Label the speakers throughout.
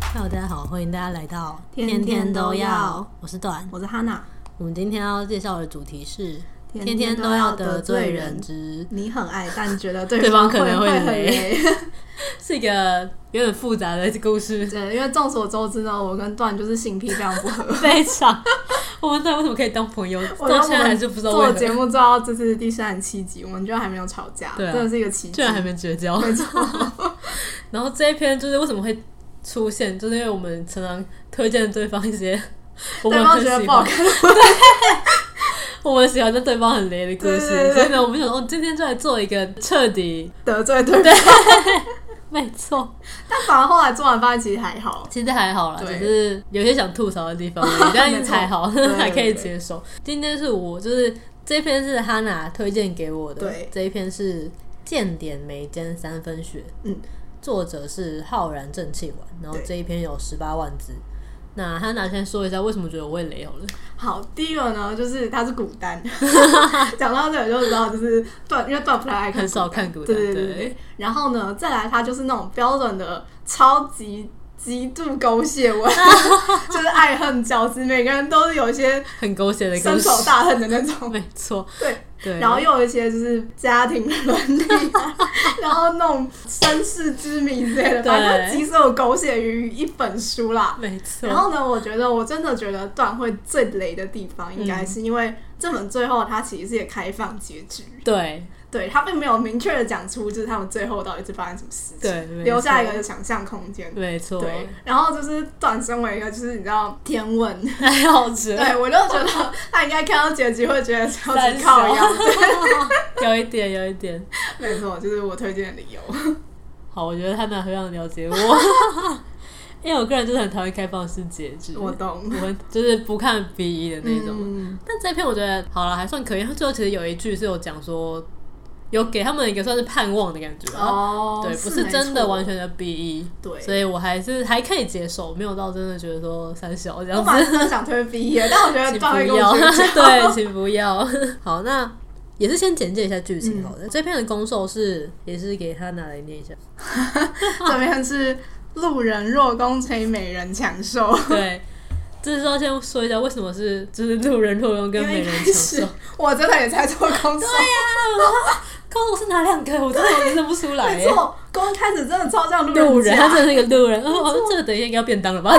Speaker 1: 欢迎大家来到
Speaker 2: 天天都要，
Speaker 1: 我是段。
Speaker 2: 我是哈娜，
Speaker 1: 我们今天要介绍的主题是
Speaker 2: 天
Speaker 1: 天
Speaker 2: 天
Speaker 1: 都
Speaker 2: 都
Speaker 1: 要
Speaker 2: 要
Speaker 1: 得
Speaker 2: 得
Speaker 1: 罪
Speaker 2: 罪
Speaker 1: 人
Speaker 2: 人
Speaker 1: 之，
Speaker 2: 你很爱，但 觉得对
Speaker 1: 对方
Speaker 2: 方
Speaker 1: 可能
Speaker 2: 会
Speaker 1: 会
Speaker 2: 很
Speaker 1: 雷
Speaker 2: 雷。
Speaker 1: 是一个有点复杂的故事，
Speaker 2: 对，因为众所周知呢，我跟段就是性癖非常 不合。
Speaker 1: 非常。我们到底为什么可以当朋友？
Speaker 2: 我觉得
Speaker 1: 到
Speaker 2: 我
Speaker 1: 现在还
Speaker 2: 们
Speaker 1: 是不知道为
Speaker 2: 做节
Speaker 1: 何，
Speaker 2: 目做到这是第三十七集，我们居然还没有吵架，
Speaker 1: 对啊
Speaker 2: 真的是一个奇迹。
Speaker 1: 居然还没绝交。
Speaker 2: 没错，
Speaker 1: 然后这一篇就是为什么会出现，就是因为我们常常推荐对方一些我
Speaker 2: 对
Speaker 1: 们
Speaker 2: 方
Speaker 1: 很
Speaker 2: 觉得
Speaker 1: 喜
Speaker 2: 不好
Speaker 1: 欢，
Speaker 2: 看，
Speaker 1: 我们喜欢但对方很雷的故
Speaker 2: 对对
Speaker 1: 事，
Speaker 2: 对
Speaker 1: 所以呢，我们想说，哦，今天就来做一个彻底，
Speaker 2: 得罪对方。
Speaker 1: 没错。
Speaker 2: 但反而后来做完发现其实还好。
Speaker 1: 其实还好啦，
Speaker 2: 对
Speaker 1: 只是有些想吐槽的地方而已， 但还好，
Speaker 2: 没错对对对
Speaker 1: 还可以接受。今天是我就是这篇是 Hanna 推荐给我的
Speaker 2: 对，
Speaker 1: 这一篇是《见点眉间三分雪》，
Speaker 2: 嗯，
Speaker 1: 作者是浩然正气丸，然后
Speaker 2: 对
Speaker 1: 这一篇有十八万字。那 Hanna 先说一下为什么觉得我会雷 好了，
Speaker 2: 好，第一个呢，就是它是古 单，讲到这里就知道，就是段，因为段不太爱看
Speaker 1: 很少看古代，
Speaker 2: 对对对对
Speaker 1: 对，
Speaker 2: 然后呢，再来它就是那种标准的超级极度狗血文， 就是爱恨交织，每个人都是有一些
Speaker 1: 很狗血的故
Speaker 2: 深
Speaker 1: 事
Speaker 2: 仇，大恨的那种。
Speaker 1: 没错，
Speaker 2: 对，
Speaker 1: 对，
Speaker 2: 然后又有一些就是家庭的伦理啊， 然后那种身世之谜之类的，
Speaker 1: 对
Speaker 2: 反正集所有狗血于一本书啦。
Speaker 1: 没错，
Speaker 2: 然后呢，我觉得我真的觉得段会最雷的地方，应
Speaker 1: 嗯
Speaker 2: 该是因为这本最后它其实是一个开放结局，
Speaker 1: 对
Speaker 2: 对，他并没有明确的讲出就是他们最后到底是发生什么事情，
Speaker 1: 对，没
Speaker 2: 留下一
Speaker 1: 错，
Speaker 2: 个想象空间。
Speaker 1: 没错，
Speaker 2: 对，然后就是段身为一个就是你知道天文，
Speaker 1: 还好吃，
Speaker 2: 对我就觉得他应该看到结局会觉得超
Speaker 1: 三
Speaker 2: 级靠腰，
Speaker 1: 有一点，有一点。
Speaker 2: 没错，就是我推荐的理由。
Speaker 1: 好，我觉得他们非常了解 我，因为我个人就是很讨厌开放式结局，
Speaker 2: 我懂，
Speaker 1: 我会就是不看 B E 的那种。
Speaker 2: 嗯，
Speaker 1: 但这篇我觉得好了，还算可以。他最后其实有一句是有讲说，有给他们一个算是盼望的感觉吧。
Speaker 2: 哦，
Speaker 1: 对，不
Speaker 2: 没
Speaker 1: 是真的
Speaker 2: 错
Speaker 1: 完全的 B E，
Speaker 2: 对。
Speaker 1: 所以我还是还可以接受，没有到真的觉得说三小这
Speaker 2: 我
Speaker 1: 样
Speaker 2: 本来
Speaker 1: 子，
Speaker 2: 真的想推 B 业，但我觉 得
Speaker 1: 请
Speaker 2: 段会
Speaker 1: 不
Speaker 2: 跟
Speaker 1: 要，
Speaker 2: 我绝 交
Speaker 1: 对，请不要。 好，那也是先简介一下剧
Speaker 2: 嗯
Speaker 1: 情好了。这篇的攻受是也是给他拿来念一下，
Speaker 2: 这边是路人弱攻捶美人强兽，
Speaker 1: 对，这是要先说一下为什么是就是路人弱攻跟
Speaker 2: 因为
Speaker 1: 美
Speaker 2: 一
Speaker 1: 人
Speaker 2: 开
Speaker 1: 抢
Speaker 2: 始
Speaker 1: 手。
Speaker 2: 我真的也在做攻受，
Speaker 1: 高手是哪两个？我真的我认不出来
Speaker 2: 没
Speaker 1: 耶。
Speaker 2: 错，刚开始真的超像
Speaker 1: 欸路人，
Speaker 2: 甲
Speaker 1: 他真的是一个路人。哦，这个等一下应该要便当 了吧？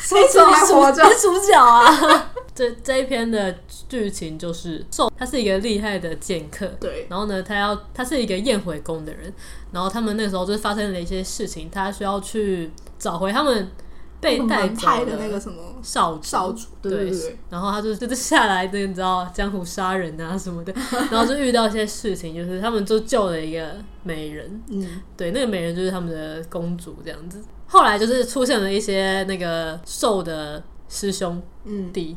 Speaker 1: 谁
Speaker 2: 怎么还 活着
Speaker 1: 你是主角啊！ 这这一篇的剧情就是兽，他是一个厉害的剑客，
Speaker 2: 对，
Speaker 1: 然后呢，他要他是一个宴回宫的人，然后他们那时候就是发生了一些事情，他需要去找回他们被
Speaker 2: 那个
Speaker 1: 带
Speaker 2: 门
Speaker 1: 走
Speaker 2: 派的那个什么
Speaker 1: 少主
Speaker 2: 少主，对对对，
Speaker 1: 然后他就就是下来的，你知道江湖杀人啊什 么的，然后就遇到一些事情，就是他们就救了一个美人，
Speaker 2: 嗯，
Speaker 1: 对，那个美人就是他们的公主这样子。后来就是出现了一些那个兽的师兄
Speaker 2: 嗯，
Speaker 1: 弟，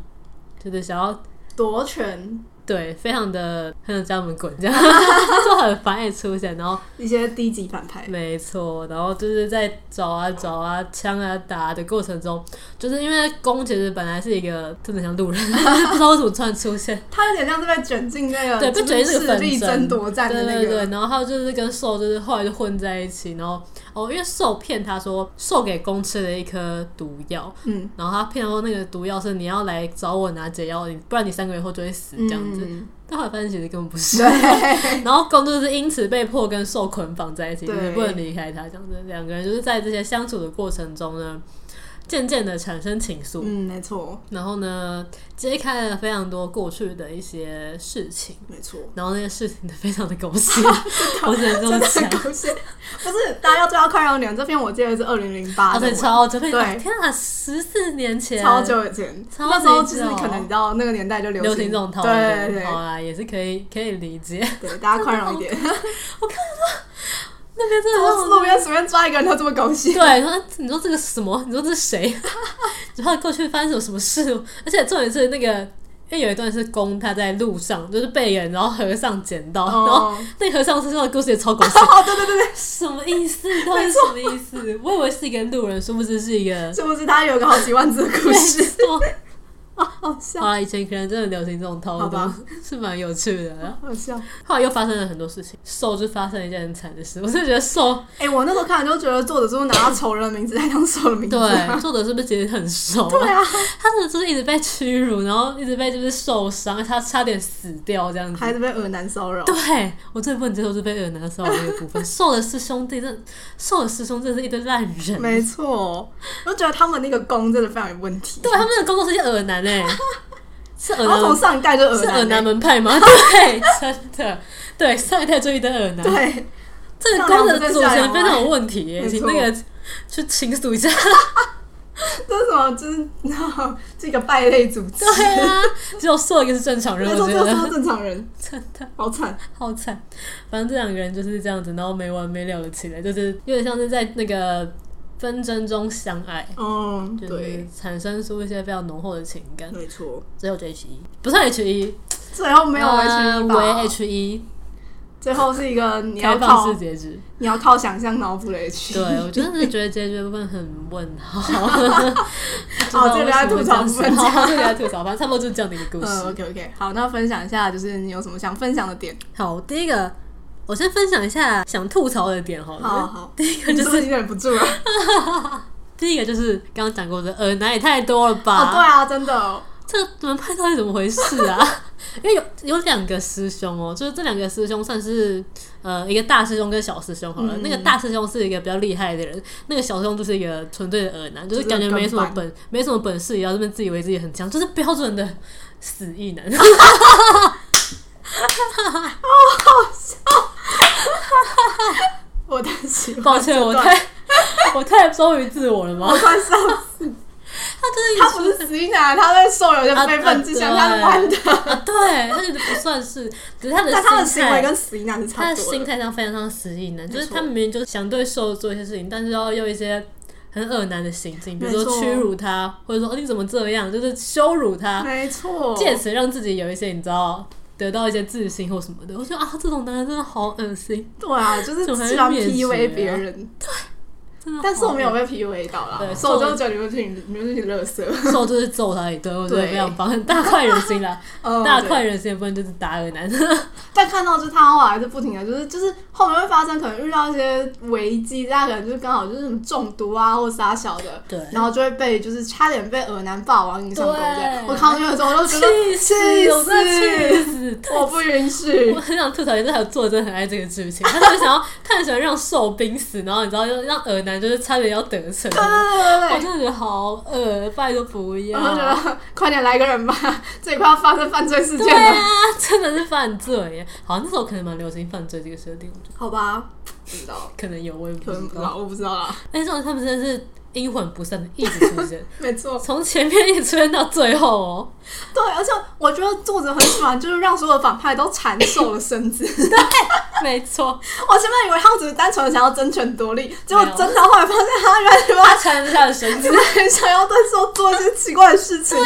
Speaker 1: 就是想要
Speaker 2: 夺权
Speaker 1: 对，非常的很想叫他们滚这样， 就很烦也出现，然后
Speaker 2: 一些低级反派，
Speaker 1: 没错，然后就是在找啊找啊枪啊打的过程中，就是因为公其实本来是一个真的像路人， 不知道为什么突然出现，
Speaker 2: 他有点像是被卷进那个
Speaker 1: 对，被
Speaker 2: 就是
Speaker 1: 卷进这个
Speaker 2: 势
Speaker 1: 纷
Speaker 2: 力
Speaker 1: 争
Speaker 2: 争夺战的那
Speaker 1: 对对
Speaker 2: 个，
Speaker 1: 对，然后他就是跟兽就是后来就混在一起，然后哦，因为兽骗他说兽给公吃了一颗毒药，
Speaker 2: 嗯，
Speaker 1: 然后他骗他说那个毒药是你要来找我拿解药，你不然你三个月后就会死这样子。
Speaker 2: 嗯
Speaker 1: 但后来发现其实根本不是，
Speaker 2: 对，
Speaker 1: 然后公就是因此被迫跟受捆绑在一起，就
Speaker 2: 对
Speaker 1: 是不能离开他。这样子，两个人就是在这些相处的过程中呢，渐渐的产生情愫，
Speaker 2: 嗯，没错，
Speaker 1: 然后呢，揭开了非常多过去的一些事情。
Speaker 2: 没 错。
Speaker 1: 然后那些事情都非常的狗 血，我只能这么
Speaker 2: 真的
Speaker 1: 讲
Speaker 2: 很。狗血，不是大家要追到快要年，这篇我记得是二零零八
Speaker 1: 啊，
Speaker 2: 的
Speaker 1: 对，
Speaker 2: 文，
Speaker 1: 超久，对，
Speaker 2: 对
Speaker 1: 天啊，十四年前，
Speaker 2: 超久以前，
Speaker 1: 超
Speaker 2: 那时候
Speaker 1: 级
Speaker 2: 其实
Speaker 1: 久
Speaker 2: 可能你知道那个年代就流
Speaker 1: 流
Speaker 2: 行
Speaker 1: 行这种套路，
Speaker 2: 对对
Speaker 1: 好啦，也是可以可以理解。
Speaker 2: 对对，大家宽容一点，
Speaker 1: 那边真的让我
Speaker 2: 我路边随便抓一个人都这么狗血，
Speaker 1: 哦对，他说你说这个是什么？你说这是 谁？然后过去发生什么什么事？而且重点是那个，因为有一段是公他在路上就是被人，然后和尚捡到，然后
Speaker 2: 哦，
Speaker 1: 那个和尚身上的故事也超狗 血，
Speaker 2: 哦，对对对对，
Speaker 1: 什么意思？到底是什么意思？我以为是一个路人，殊不知是一个
Speaker 2: 是不是他有个好几万字的故
Speaker 1: 没
Speaker 2: 事？
Speaker 1: 错。啊
Speaker 2: 好笑
Speaker 1: 好，啦，以前可能真的流行这种套
Speaker 2: 好
Speaker 1: 路
Speaker 2: 吧，
Speaker 1: 是蛮有趣的啦。
Speaker 2: 好笑。
Speaker 1: 后来又发生了很多事情，瘦就发生了一件很惨的事，我真的觉得 瘦，
Speaker 2: 哎、我那时候看了就觉得作者是不是拿到仇人的名字来当仇人的名字、
Speaker 1: 对，
Speaker 2: 啊？
Speaker 1: 作者是不是其实很瘦？
Speaker 2: 对啊，
Speaker 1: 他真的就是一直被屈辱，然后一直被就是受伤，他差点死掉这样子。
Speaker 2: 还是被恶男骚扰。
Speaker 1: 对我最不能接受是被恶男骚扰那个部 分，瘦的师兄弟真的，瘦的师兄真的是一堆烂人，
Speaker 2: 没错，我就觉得他们那个功真的非常有问题。
Speaker 1: 对他们的工作是些恶男 哎、是恶
Speaker 2: 然后从
Speaker 1: 男。
Speaker 2: 上一代就
Speaker 1: 是
Speaker 2: 耳
Speaker 1: 耳男
Speaker 2: 男欸，
Speaker 1: 门派吗？ 对，真的，对上一代追的耳男，
Speaker 2: 对，
Speaker 1: 这个功能的组成非常有问题耶，
Speaker 2: 没错
Speaker 1: 请那个去倾诉一 下。
Speaker 2: 这是什么？就是然后这个败类组织，
Speaker 1: 对啊， 只有瘦一个是正常人，
Speaker 2: 没
Speaker 1: 我
Speaker 2: 错，
Speaker 1: 觉
Speaker 2: 这
Speaker 1: 得
Speaker 2: 是正常人，
Speaker 1: 真的
Speaker 2: 好惨。
Speaker 1: 好惨。反正这两个人就是这样子，然后没完没了的起来，就是有点像是在那个纷争中相爱，
Speaker 2: 嗯，
Speaker 1: 就是
Speaker 2: 对，
Speaker 1: 产生出一些非常浓厚的情感。
Speaker 2: 没错。
Speaker 1: 最后就 H 一，不是 H 一，
Speaker 2: 最后没有 H
Speaker 1: 呃
Speaker 2: E
Speaker 1: 为
Speaker 2: 吧？
Speaker 1: H 一
Speaker 2: 最后是一个你要
Speaker 1: 开放
Speaker 2: 靠
Speaker 1: 式结局。
Speaker 2: 你要靠想象脑补的 H。
Speaker 1: 对，我真的是觉得结局的部分很问号。 好
Speaker 2: 哦这个要吐槽部分
Speaker 1: 好， 这个要吐槽，反正差不多就是这样的一个故
Speaker 2: 嗯
Speaker 1: 事。
Speaker 2: ，OK OK，好，那分享一下，就是你有什么想分享的点？
Speaker 1: 好，第一个，我先分享一下想吐槽的点好了。
Speaker 2: 好好，
Speaker 1: 第一个就
Speaker 2: 你是不
Speaker 1: 是
Speaker 2: 是忍不住啊了。
Speaker 1: 第一个就是刚刚讲过的耳男也太多了
Speaker 2: 哦，对
Speaker 1: 吧？
Speaker 2: 啊，真的哦，
Speaker 1: 这个门派到底怎么回事啊？ 因为有有两个师兄哦，就是这两个师兄算是呃一个大师兄跟小师兄好了。
Speaker 2: 嗯
Speaker 1: 那个大师兄是一个比较厉害的人，那个小师兄就是一个纯粹的耳男，就是
Speaker 2: 就是
Speaker 1: 感觉没什么
Speaker 2: 跟班
Speaker 1: 本没什么本事，也要这边自以为自己很强，就是标准的死意 男。
Speaker 2: 我太喜欢。
Speaker 1: 抱歉，我
Speaker 2: 这段
Speaker 1: 太 我太忠于自我了 吗
Speaker 2: 我？快笑死！
Speaker 1: 他真的
Speaker 2: 他不是死鱼男，他在受有些
Speaker 1: 啊
Speaker 2: 非分之想，
Speaker 1: 对
Speaker 2: 他是弯的。
Speaker 1: 啊，对，他就不算是，只是他的
Speaker 2: 但他的
Speaker 1: 心
Speaker 2: 行
Speaker 1: 态
Speaker 2: 为跟死鱼啊男是差
Speaker 1: 他的
Speaker 2: 不多
Speaker 1: 心
Speaker 2: 的。
Speaker 1: 态上非常像死意男，就是
Speaker 2: 没错
Speaker 1: 他明明就是想对受做一些事情，但是要用一些很恶男的行径，比如
Speaker 2: 没
Speaker 1: 说
Speaker 2: 错
Speaker 1: 屈辱他，或者说、哦、你怎么这样，就是羞辱他，
Speaker 2: 没错，
Speaker 1: 借此让自己有一些你知道得到一些自信或什么的。我觉得啊，这种男人真的好恶心，
Speaker 2: 对啊，就是
Speaker 1: 怎么还
Speaker 2: 喜欢
Speaker 1: 灭绝
Speaker 2: PUA
Speaker 1: 啊
Speaker 2: 别人，
Speaker 1: 真的好恶心。
Speaker 2: 但是我没有被 PUA 到啦，
Speaker 1: 对
Speaker 2: 所以我就觉得你们是你们是群乐色，
Speaker 1: 受就是揍他一顿，我觉得
Speaker 2: 对
Speaker 1: 非常棒，很大快人心 啦，
Speaker 2: 嗯
Speaker 1: 大。
Speaker 2: 对
Speaker 1: 快人心的部分就是打恶 男。
Speaker 2: 但看到就是他后来是不停的，就是就是后面会发生可能遇到一些危机，大家可能就是刚好就是什么中毒啊或啥小的，
Speaker 1: 对
Speaker 2: 然后就会被就是差点被恶男霸王迎上钩这样。
Speaker 1: 对
Speaker 2: 我看到那个时候我就觉
Speaker 1: 气
Speaker 2: 得
Speaker 1: 死！我真的气死！
Speaker 2: 我不允 许
Speaker 1: 我，很想吐槽，也是还有作者很爱这个剧情，他就是想要，他很喜欢让受冰死，然后你知道，就让尔男就是差点要得逞，
Speaker 2: 对
Speaker 1: 我
Speaker 2: 对对对对。
Speaker 1: 真的觉得好恶，拜托不要
Speaker 2: 然。后觉得快点来个人吧，这里快要发生犯罪事
Speaker 1: 对
Speaker 2: 件了，
Speaker 1: 啊，真的是犯罪耶！好，那时候可能蛮流行犯罪这个设定，我觉得
Speaker 2: 好吧？不知道，
Speaker 1: 可能有，我也不
Speaker 2: 可能
Speaker 1: 知
Speaker 2: 不知道，
Speaker 1: 道。
Speaker 2: 我不知道啦。
Speaker 1: 但是他们真的是阴魂不散的，一直出现，
Speaker 2: 没错，
Speaker 1: 从前面一直出现到最后哦。
Speaker 2: 对，而且我觉得作者很喜欢，就是让所有的反派都缠瘦了身子。
Speaker 1: 没错，
Speaker 2: 我前面以为他们只是单纯的想要争权夺利，结果
Speaker 1: 没有
Speaker 2: 真的后来发现他原来
Speaker 1: 他
Speaker 2: 他
Speaker 1: 缠着他的绳子
Speaker 2: 只。是很想要对受做一些奇怪的事情。
Speaker 1: 啊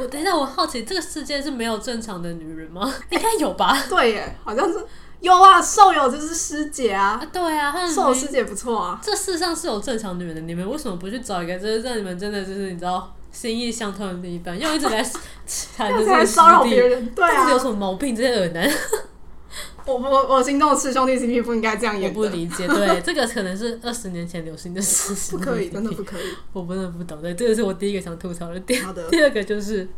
Speaker 1: 我等一下，我好奇这个世界是没有正常的女人吗？应该有吧？
Speaker 2: 对耶，好像是有啊，受有就是师姐啊
Speaker 1: 啊，，对啊，他们
Speaker 2: 受有
Speaker 1: 明
Speaker 2: 师姐不错啊。
Speaker 1: 这世上是有正常女人的，你们为什么不去找一个就是让你们真的就是你知道心意相通的另一半，又一直来 缠着
Speaker 2: 但
Speaker 1: 这
Speaker 2: 是还
Speaker 1: 个
Speaker 2: 骚扰
Speaker 1: 嗯师
Speaker 2: 别
Speaker 1: 弟，
Speaker 2: 人，对
Speaker 1: 到
Speaker 2: 啊
Speaker 1: 底有，什么毛病？这些耳男
Speaker 2: 我我我心中的师兄弟 CP 不应该这样
Speaker 1: 我
Speaker 2: 演
Speaker 1: 不
Speaker 2: 的，
Speaker 1: 理解， 对这个可能是二十年前流行的事情，
Speaker 2: 不可以，真的不可以。
Speaker 1: 我真的不懂。对，这个是我第一个想吐槽的点。
Speaker 2: 好的
Speaker 1: 第二个就是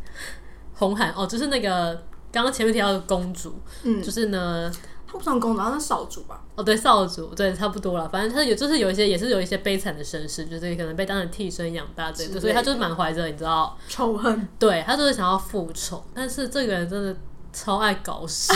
Speaker 1: 红海哦，就是那个刚刚前面提到的公主，
Speaker 2: 嗯
Speaker 1: 就，是呢，
Speaker 2: 他不算公主，他是少主吧？
Speaker 1: 哦，对，少主，对，差不多了。反正他有，就是有一些，也是有一些悲惨的身世，就是可能被当成替身养大之类
Speaker 2: 之
Speaker 1: 的，所以他
Speaker 2: 类
Speaker 1: 就是满怀着你知道，
Speaker 2: 仇恨，
Speaker 1: 对他就是想要复仇，但是这个人真的超爱搞 事，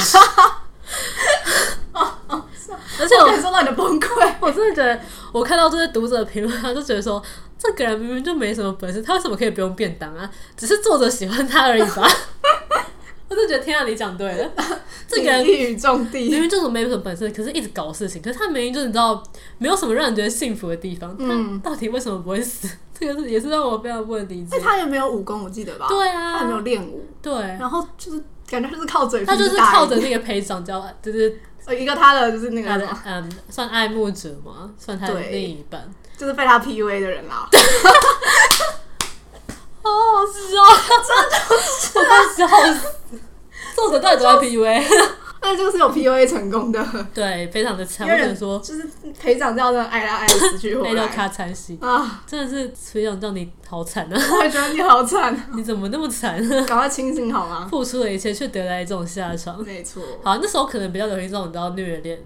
Speaker 1: 而且
Speaker 2: 我
Speaker 1: 我
Speaker 2: 感受到你的崩溃。
Speaker 1: 我真的觉得，我看到这些读者评论，他就觉得说，这个人明明就没什么本事，他为什么可以不用便当啊？只是作者喜欢他而已吧。 我就觉得天啊，你讲对了， 这个人
Speaker 2: 一语中
Speaker 1: 明
Speaker 2: 的，
Speaker 1: 明就是没什么本事，可是一直搞事情，可是他明明就是你知道没有什么让人觉得幸福的地方，
Speaker 2: 嗯
Speaker 1: 他到底为什么不会死？ 这个是也是让我非常不能理解
Speaker 2: 哎，。他也没有武功，我记得吧？
Speaker 1: 对
Speaker 2: 他也没有
Speaker 1: 啊，
Speaker 2: 练武，
Speaker 1: 对，
Speaker 2: 然后就是感觉他就是靠嘴皮
Speaker 1: 他就是
Speaker 2: 打
Speaker 1: 靠
Speaker 2: 赢
Speaker 1: 着那个陪长交， 就是
Speaker 2: 呃一个他的就是那个
Speaker 1: 他
Speaker 2: 什
Speaker 1: 的
Speaker 2: 么，
Speaker 1: 嗯，算爱慕者嘛，算他的
Speaker 2: 对
Speaker 1: 另一半。
Speaker 2: 就是被他 PUA 的人啦。
Speaker 1: 好好好 死哦，真的是我快笑死。 作者到底多在 PUA？
Speaker 2: 那就是有 PUA 成功的，
Speaker 1: 对，非常的惨。
Speaker 2: 因
Speaker 1: 我
Speaker 2: 为
Speaker 1: 只能
Speaker 2: 人
Speaker 1: 说，
Speaker 2: 就是陪长叫真的爱拉爱的死去活
Speaker 1: 爱到
Speaker 2: 来
Speaker 1: 咔惨死，
Speaker 2: 啊！
Speaker 1: 真的是崔长让你好惨啊！
Speaker 2: 我也觉得你好惨，
Speaker 1: 你怎么那么惨？啊
Speaker 2: 赶快清醒好吗？
Speaker 1: 付出了一切，却得来这种下场。
Speaker 2: 没错，
Speaker 1: 好，那时候可能比较流行这种，你知道虐恋，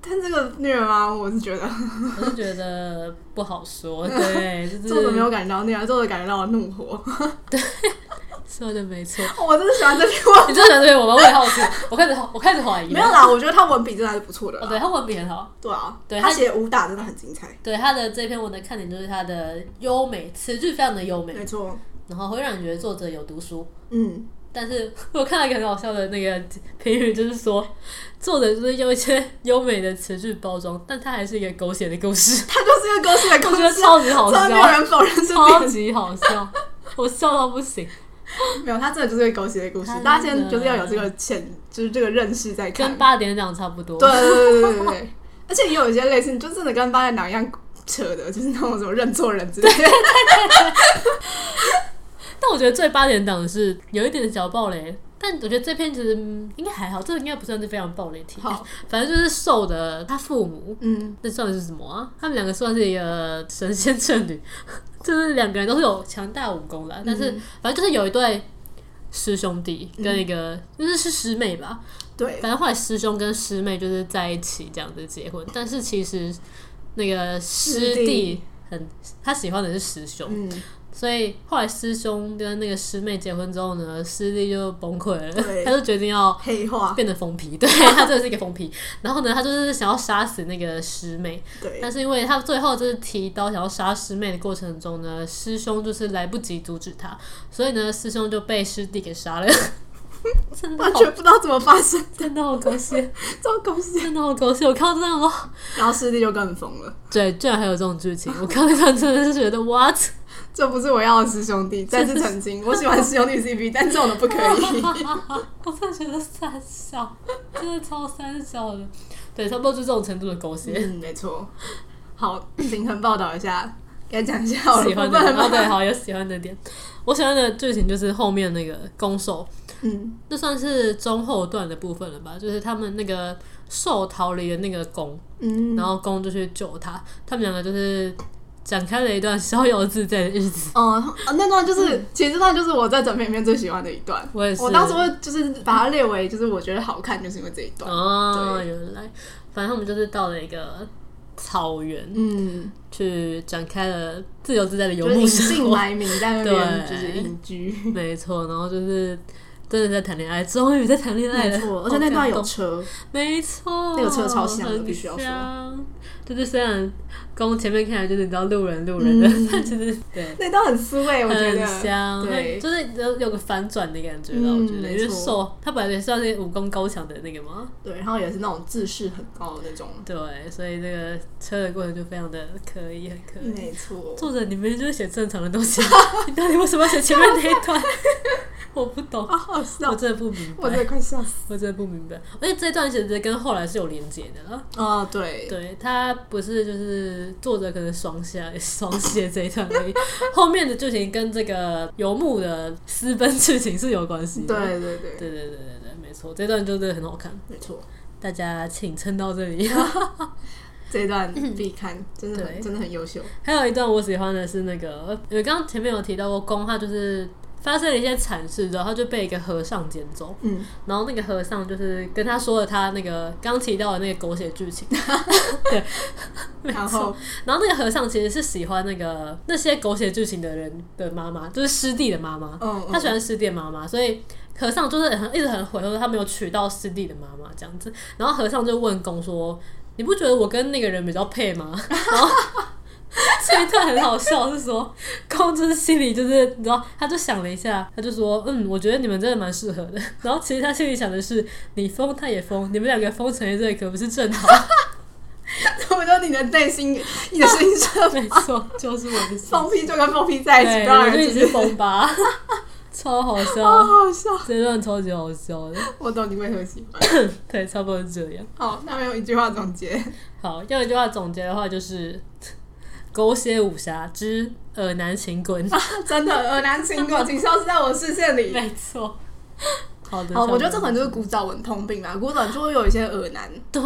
Speaker 2: 但这个虐吗？我是觉得
Speaker 1: 我是觉得不好说。对， 就是
Speaker 2: 作者没有感觉到虐，作者感觉到了怒火。
Speaker 1: 说的没错。
Speaker 2: 我真的喜欢这 篇文，
Speaker 1: 你真的想这边我吗？我也好奇，我开始我开始怀疑了。
Speaker 2: 没有啦，我觉得他文笔真的还是不错的
Speaker 1: 哦，
Speaker 2: 啦。
Speaker 1: 对他文笔很好，
Speaker 2: 对啊，
Speaker 1: 对
Speaker 2: 他
Speaker 1: 他
Speaker 2: 写武打真的很精彩，
Speaker 1: 对他的这篇文的看点就是他的优美，词句非常的优美，
Speaker 2: 没错。
Speaker 1: 然后会让你觉得作者有读书。
Speaker 2: 嗯，
Speaker 1: 但是我看到一个很好笑的那个评语，就是说作者就是用一些优美的词句包装，但他还是一个狗血的故事，
Speaker 2: 他就是一个狗血的
Speaker 1: 我
Speaker 2: 故
Speaker 1: 觉得
Speaker 2: 事，
Speaker 1: 超级好
Speaker 2: 真的没有
Speaker 1: 笑，
Speaker 2: 人否认这
Speaker 1: 超
Speaker 2: 点。
Speaker 1: 级好笑，我笑到不行。
Speaker 2: 没有，他真的就是一个狗血的故事
Speaker 1: 他真。的
Speaker 2: 大家现在就是要有这个浅，就是这个认识再看
Speaker 1: 跟。八点档差不多，
Speaker 2: 对对对对对 对，而且也有一些类似，就真的跟八点档一样扯的，就是那种什么认错人之类 的。
Speaker 1: 但我觉得最八点档的是有一点小暴雷，但我觉得这篇其实嗯应该还好，这个应该不算是非常暴雷题。
Speaker 2: 好，
Speaker 1: 反正就是瘦的他父母，
Speaker 2: 嗯，
Speaker 1: 那算是什么啊？他们两个算是一个神仙眷侣， 就是两个人都是有强大武功
Speaker 2: 嗯
Speaker 1: 的，啊但是反正就是有一对师兄弟跟一个、就是是师妹吧，
Speaker 2: 嗯对，
Speaker 1: 反正后来师兄跟师妹就是在一起这样子结婚，但是其实那个师
Speaker 2: 师弟
Speaker 1: 弟很他喜欢的是师兄，
Speaker 2: 嗯，
Speaker 1: 所以后来师兄跟那个师妹结婚之后呢，师弟就崩溃了，
Speaker 2: 对
Speaker 1: 他就决定要
Speaker 2: 黑化，
Speaker 1: 变得疯皮， 对他真的是一个疯皮。然后呢，他就是想要杀死那个师妹，
Speaker 2: 对，
Speaker 1: 但是因为他最后就是提刀想要杀师妹的过程中呢，师兄就是来不及阻止他，所以呢，师兄就被师弟给杀了。 真的
Speaker 2: 完
Speaker 1: 好，
Speaker 2: 全不知道怎么发生，
Speaker 1: 真的好狗血，
Speaker 2: 这种狗血。
Speaker 1: 真的好狗血！我看到这样哦，
Speaker 2: 然后师弟就更疯了，
Speaker 1: 对，居然还有这种剧情，我看到这段真的是觉得 what？
Speaker 2: 这不是我要的师兄弟，再次澄清，我喜欢师兄弟 CP，但这种的不可以。
Speaker 1: 我真的觉得三小，真的超三小的，对，差不多就这种程度的狗血。
Speaker 2: 嗯，没错。好，平衡报道一下，该讲一下好了
Speaker 1: 喜欢的点
Speaker 2: 不然
Speaker 1: 啊，
Speaker 2: 吧
Speaker 1: 对，好有喜欢的点。我喜欢的剧情就是后面那个攻守，
Speaker 2: 嗯，
Speaker 1: 这算是中后段的部分了吧？就是他们那个兽逃离了那个宫，
Speaker 2: 嗯，
Speaker 1: 然后宫就去救他，他们两个就是展开了一段逍遥自在的日子。
Speaker 2: 哦、啊那段就是，其实这段就是我在整篇里面最喜欢的一段。
Speaker 1: 我也是，
Speaker 2: 我当时会就是把它列为就是我觉得好看，就是因为这一段。
Speaker 1: 哦，
Speaker 2: 对
Speaker 1: 原来，反正他们就是到了一个草原，
Speaker 2: 嗯，
Speaker 1: 去展开了自由自在的游
Speaker 2: 就是
Speaker 1: 牧
Speaker 2: 隐
Speaker 1: 生
Speaker 2: 姓
Speaker 1: 活。
Speaker 2: 埋名在那边
Speaker 1: 对
Speaker 2: 就是隐居，
Speaker 1: 没错，然后就是真的在谈恋爱，终于在谈恋爱了。
Speaker 2: 而且那段
Speaker 1: 好
Speaker 2: 有
Speaker 1: 感动，
Speaker 2: 车，
Speaker 1: 没错，
Speaker 2: 那个车超香的
Speaker 1: 很
Speaker 2: 必须要说
Speaker 1: 香。就是虽然公前面看起来就是你知道路人路人的，
Speaker 2: 嗯
Speaker 1: 但其实对。
Speaker 2: 那段很思维，我觉
Speaker 1: 很
Speaker 2: 得。
Speaker 1: 香，
Speaker 2: 对
Speaker 1: 就是有有个反转的感觉了。
Speaker 2: 嗯
Speaker 1: 我觉得，因为
Speaker 2: 没错
Speaker 1: 受他本来也算是武功高强的那个嘛，
Speaker 2: 对，然后也是那种自视很高的那种。
Speaker 1: 对，所以那个车的过程就非常的可以，很可以。
Speaker 2: 没错，
Speaker 1: 作者，你明明就是写正常的东西，啊 你到底为什么要写前面那一段？ 我不懂，
Speaker 2: 好好
Speaker 1: 我
Speaker 2: 笑，
Speaker 1: 真的不明白，
Speaker 2: 哦我真的快笑死。
Speaker 1: 我真的不明白。而且这段其实跟后来是有连接的啦。
Speaker 2: 啊，对，
Speaker 1: 对，他不是就是作者可能双下双写 这一段而已，后面的剧情跟这个游牧的私奔剧情是有关系的。
Speaker 2: 对对对，
Speaker 1: 对对对对对，没错，这段就真的很好看，
Speaker 2: 没错，
Speaker 1: 大家请撑到这里。
Speaker 2: 这一段必看，真的
Speaker 1: 对
Speaker 2: 很真的很优秀。
Speaker 1: 还有一段我喜欢的是那个，因为刚刚前面有提到过，公他就是发生了一些惨事之后，他就被一个和尚捡走，
Speaker 2: 嗯，
Speaker 1: 然后那个和尚就是跟他说了他那个刚提到的那个狗血剧情， 对，
Speaker 2: 然
Speaker 1: 没错
Speaker 2: 后
Speaker 1: 然后那个和尚其实是喜欢那个那些狗血剧情的人的妈妈，就是师弟的妈妈，
Speaker 2: 嗯，嗯
Speaker 1: 他喜欢师弟的妈妈，所以和尚就是很一直很悔恨他没有娶到师弟的妈妈这样子。然后和尚就问公说：“你不觉得我跟那个人比较配吗？” 然后这一段很好笑，是说公就是心里就是你知道，他就想了一下，他就说：“嗯，我觉得你们真的蛮适合的。” 然后其实他心里想的是：“你疯，他也疯，你们两个疯成一对，可不是正好？
Speaker 2: 我说你的内心，你的心 声
Speaker 1: 没错，就是我的心
Speaker 2: 放屁就跟放屁在一起，
Speaker 1: 对，
Speaker 2: 不要
Speaker 1: 我
Speaker 2: 让
Speaker 1: 就
Speaker 2: 人
Speaker 1: 已
Speaker 2: 知
Speaker 1: 经
Speaker 2: 道。
Speaker 1: 疯吧， 超好
Speaker 2: 好
Speaker 1: 笑，
Speaker 2: 好笑，
Speaker 1: 这段超级好笑的，
Speaker 2: 我懂你为何喜欢。
Speaker 1: 对，差不多是这样。
Speaker 2: 好，那没有一句话总结，
Speaker 1: 好，用一句话总结的话就是， 狗血武侠之耳男情滚》
Speaker 2: 啊真的耳难清过，请消失在我视线里。
Speaker 1: 没错。好的，
Speaker 2: 好，
Speaker 1: 像
Speaker 2: 我觉得这可能就是古早文通病吧，古早就会有一些耳难，
Speaker 1: 对，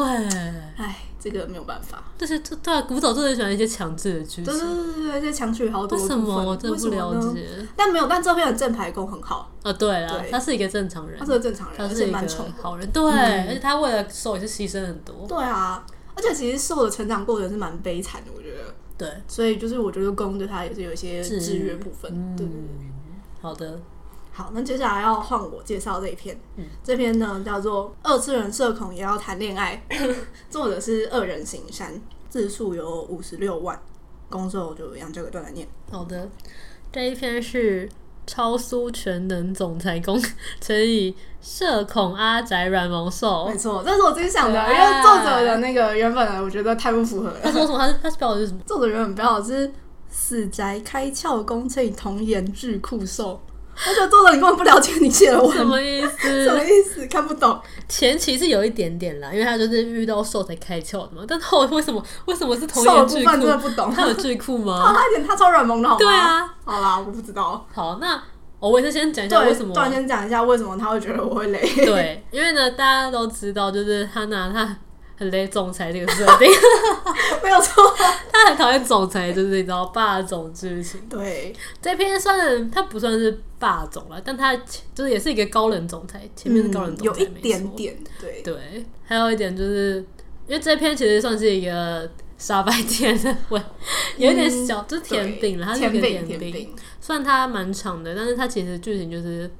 Speaker 2: 哎，这个没有办法。
Speaker 1: 但是对啊，古早真的很喜欢一些强制的剧
Speaker 2: 对
Speaker 1: 情
Speaker 2: 对，对对对，这强取豪夺
Speaker 1: 为
Speaker 2: 的部
Speaker 1: 什
Speaker 2: 分。
Speaker 1: 么我真的不
Speaker 2: 为什么
Speaker 1: 了
Speaker 2: 呢。
Speaker 1: 解？
Speaker 2: 但没有，但这边的正牌功很好，
Speaker 1: 啊，对啦，
Speaker 2: 对
Speaker 1: 他是一个正常人
Speaker 2: 他，是个正常人，
Speaker 1: 他
Speaker 2: 而
Speaker 1: 是
Speaker 2: 且
Speaker 1: 一个
Speaker 2: 蛮宠的。嗯
Speaker 1: 好人，对，而且他为了受也是牺牲很多，
Speaker 2: 对啊，而且其实受的成长过程是蛮悲惨的，我觉得。
Speaker 1: 对，
Speaker 2: 所以就是我觉得公对他也是有一些制约部分。对对对。
Speaker 1: 嗯，好的，
Speaker 2: 好，那接下来要换我介绍这一篇。
Speaker 1: 嗯
Speaker 2: 这篇呢叫做《二次元社恐也要谈恋爱》， 作者是二人行山，字数有五十六万。公受我就让这个段来念。
Speaker 1: 好的，这一篇是超苏全能总裁 宫乘以社恐阿宅软萌兽
Speaker 2: 没。错，这是我自己想的，因
Speaker 1: 可爱
Speaker 2: 为作者的那个原本啊我觉得太不符合
Speaker 1: 他
Speaker 2: 了。
Speaker 1: 说什么？他是他是标的是什么？
Speaker 2: 作者原本标的是死宅开窍宫这童颜巨酷兽，我觉得作者你根本不了解你写的文，
Speaker 1: 什
Speaker 2: 什么
Speaker 1: 么意思？
Speaker 2: 意思？看不懂。
Speaker 1: 前期是有一点点啦，因为他就是遇到兽才开窍的嘛。但后为什么为什么是童
Speaker 2: 瘦的
Speaker 1: 颜
Speaker 2: 部
Speaker 1: 巨
Speaker 2: 分真的
Speaker 1: 库？
Speaker 2: 不懂。
Speaker 1: 他有巨库
Speaker 2: 哦，
Speaker 1: 吗？
Speaker 2: 他一点他超软萌的好吗？
Speaker 1: 对，啊，
Speaker 2: 好啦，我不知道。
Speaker 1: 好，那哦我也是先讲一下
Speaker 2: 对，
Speaker 1: 为什么
Speaker 2: 突然先讲一下为什么他会觉得我会 累。
Speaker 1: 对，因为呢，大家都知道，就是他拿他很雷总裁这个设 定，
Speaker 2: 没有错。
Speaker 1: 他很讨厌总裁，就是你知道霸总剧情。
Speaker 2: 对，
Speaker 1: 这篇算他不算是霸总了，但他就是也是一个高冷总裁，前面是高冷
Speaker 2: 嗯
Speaker 1: 总
Speaker 2: 有
Speaker 1: 裁，
Speaker 2: 一
Speaker 1: 没
Speaker 2: 点
Speaker 1: 错。
Speaker 2: 点。对，
Speaker 1: 对，还有一点就是，因为这篇其实算是一个傻白甜的文，有一点小，就是甜饼了，它是一
Speaker 2: 甜
Speaker 1: 个
Speaker 2: 饼，
Speaker 1: 甜
Speaker 2: 嗯甜
Speaker 1: 饼。
Speaker 2: 饼。
Speaker 1: 虽然它蛮长的，但是它其实剧情就是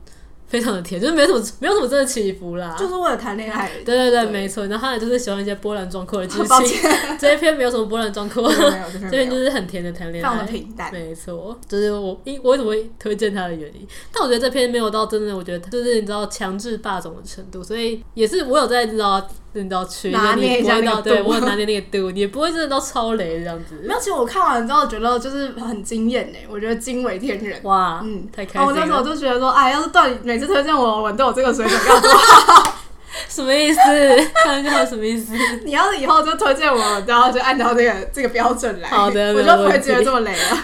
Speaker 1: 非常的甜，就是没什么没有什么真的起伏啦。
Speaker 2: 就是为了谈恋爱。
Speaker 1: 啊 对对对，
Speaker 2: 对
Speaker 1: 没错。然后他也就是喜欢一些波澜壮阔的剧
Speaker 2: 抱
Speaker 1: 情。
Speaker 2: 歉，
Speaker 1: 这一篇没有什么波澜壮阔，
Speaker 2: 没有没有
Speaker 1: 这
Speaker 2: 这
Speaker 1: 篇
Speaker 2: 边没
Speaker 1: 就
Speaker 2: 有，
Speaker 1: 是很甜的谈
Speaker 2: 非
Speaker 1: 恋
Speaker 2: 常的
Speaker 1: 爱。
Speaker 2: 平淡。
Speaker 1: 没错，就是我因我为什么会推荐他的原因，但我觉得这篇没有到真的，我觉得就是你知道强制霸总的程度，所以也是我有在你知道你知道去，
Speaker 2: 拿捏一
Speaker 1: 你不
Speaker 2: 下
Speaker 1: 会
Speaker 2: 那个
Speaker 1: 到对
Speaker 2: 度
Speaker 1: 我有拿捏那个度，你也不会真的到超雷这样子
Speaker 2: 没。有，其实我看完之后觉得就是很惊艳呢，我觉得惊为天人。
Speaker 1: 哇，
Speaker 2: 嗯，
Speaker 1: 太开
Speaker 2: 然后我
Speaker 1: 心
Speaker 2: 那时候
Speaker 1: 了，
Speaker 2: 就觉得说，哎，要是段宇每次推荐我的文都有这 个水准，要多好
Speaker 1: 什么意思？ 看一下什么意思？
Speaker 2: 你要是以后就推荐我，然后就按照这个这个标准来，
Speaker 1: 好的
Speaker 2: 我
Speaker 1: 没
Speaker 2: 就
Speaker 1: 有
Speaker 2: 不会
Speaker 1: 问题
Speaker 2: 觉得这么累了。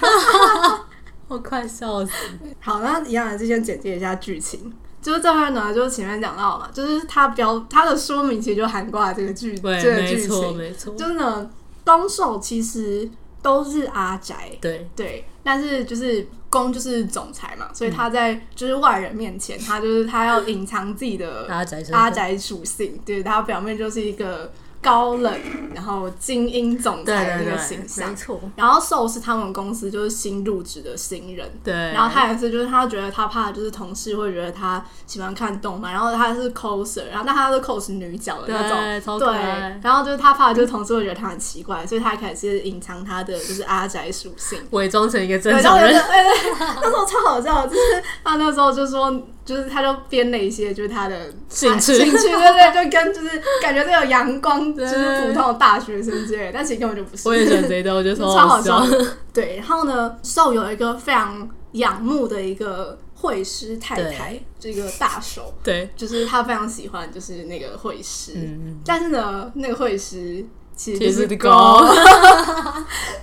Speaker 1: 我快笑死！
Speaker 2: 好，那一样还是先简介一下剧情。就是这边呢，就是前面讲到嘛，就是它标它的说明其实就涵盖了这个剧
Speaker 1: 对，
Speaker 2: 这个
Speaker 1: 没
Speaker 2: 剧
Speaker 1: 错，
Speaker 2: 情。
Speaker 1: 没错，
Speaker 2: 就是呢，东狩其实都是阿宅，
Speaker 1: 对，
Speaker 2: 对，但是就是公就是总裁嘛，所以
Speaker 1: 嗯
Speaker 2: 他在就是外人面前，他就是他要隐藏自己的
Speaker 1: 阿啊宅身份
Speaker 2: 阿宅属性，对他表面就是一个高冷，然后精英总
Speaker 1: 对
Speaker 2: 裁的
Speaker 1: 对
Speaker 2: 那
Speaker 1: 对，
Speaker 2: 个形象
Speaker 1: 没。错，
Speaker 2: 然后寿是他们公司就是新入职的新人，
Speaker 1: 对。
Speaker 2: 然后他也是，就是他觉得他怕，就是同事会觉得他喜欢看动漫，然后他是 coser，然后但他是 cos 女角的那种。
Speaker 1: 对，超可
Speaker 2: 对
Speaker 1: 爱，。
Speaker 2: 然后就是他怕，就是同事会觉得他很奇怪，所以他一开始是隐藏他的就是阿宅属性。
Speaker 1: 伪装成一个
Speaker 2: 对，
Speaker 1: 正
Speaker 2: 然
Speaker 1: 常
Speaker 2: 后对对
Speaker 1: 人，
Speaker 2: 对，那时候超好笑，就是他那时候就说，就是他就编了一些，就是他的
Speaker 1: 兴趣
Speaker 2: 兴趣，对对，就跟就是感觉这有阳光，就
Speaker 1: 对
Speaker 2: 是普通的大学生之类的，但其实根本就不是。
Speaker 1: 我也喜欢这一段，我觉得
Speaker 2: 超
Speaker 1: 超
Speaker 2: 好
Speaker 1: 好
Speaker 2: 笑
Speaker 1: 笑。
Speaker 2: 的。对，然后呢，兽有一个非常仰慕的一个会师太太，这个大手，
Speaker 1: 对，
Speaker 2: 就是他非常喜欢，就是那个会师。
Speaker 1: 嗯，
Speaker 2: 但是呢，那个会师其实就
Speaker 1: 其实
Speaker 2: 是
Speaker 1: 是
Speaker 2: 狗。
Speaker 1: 狗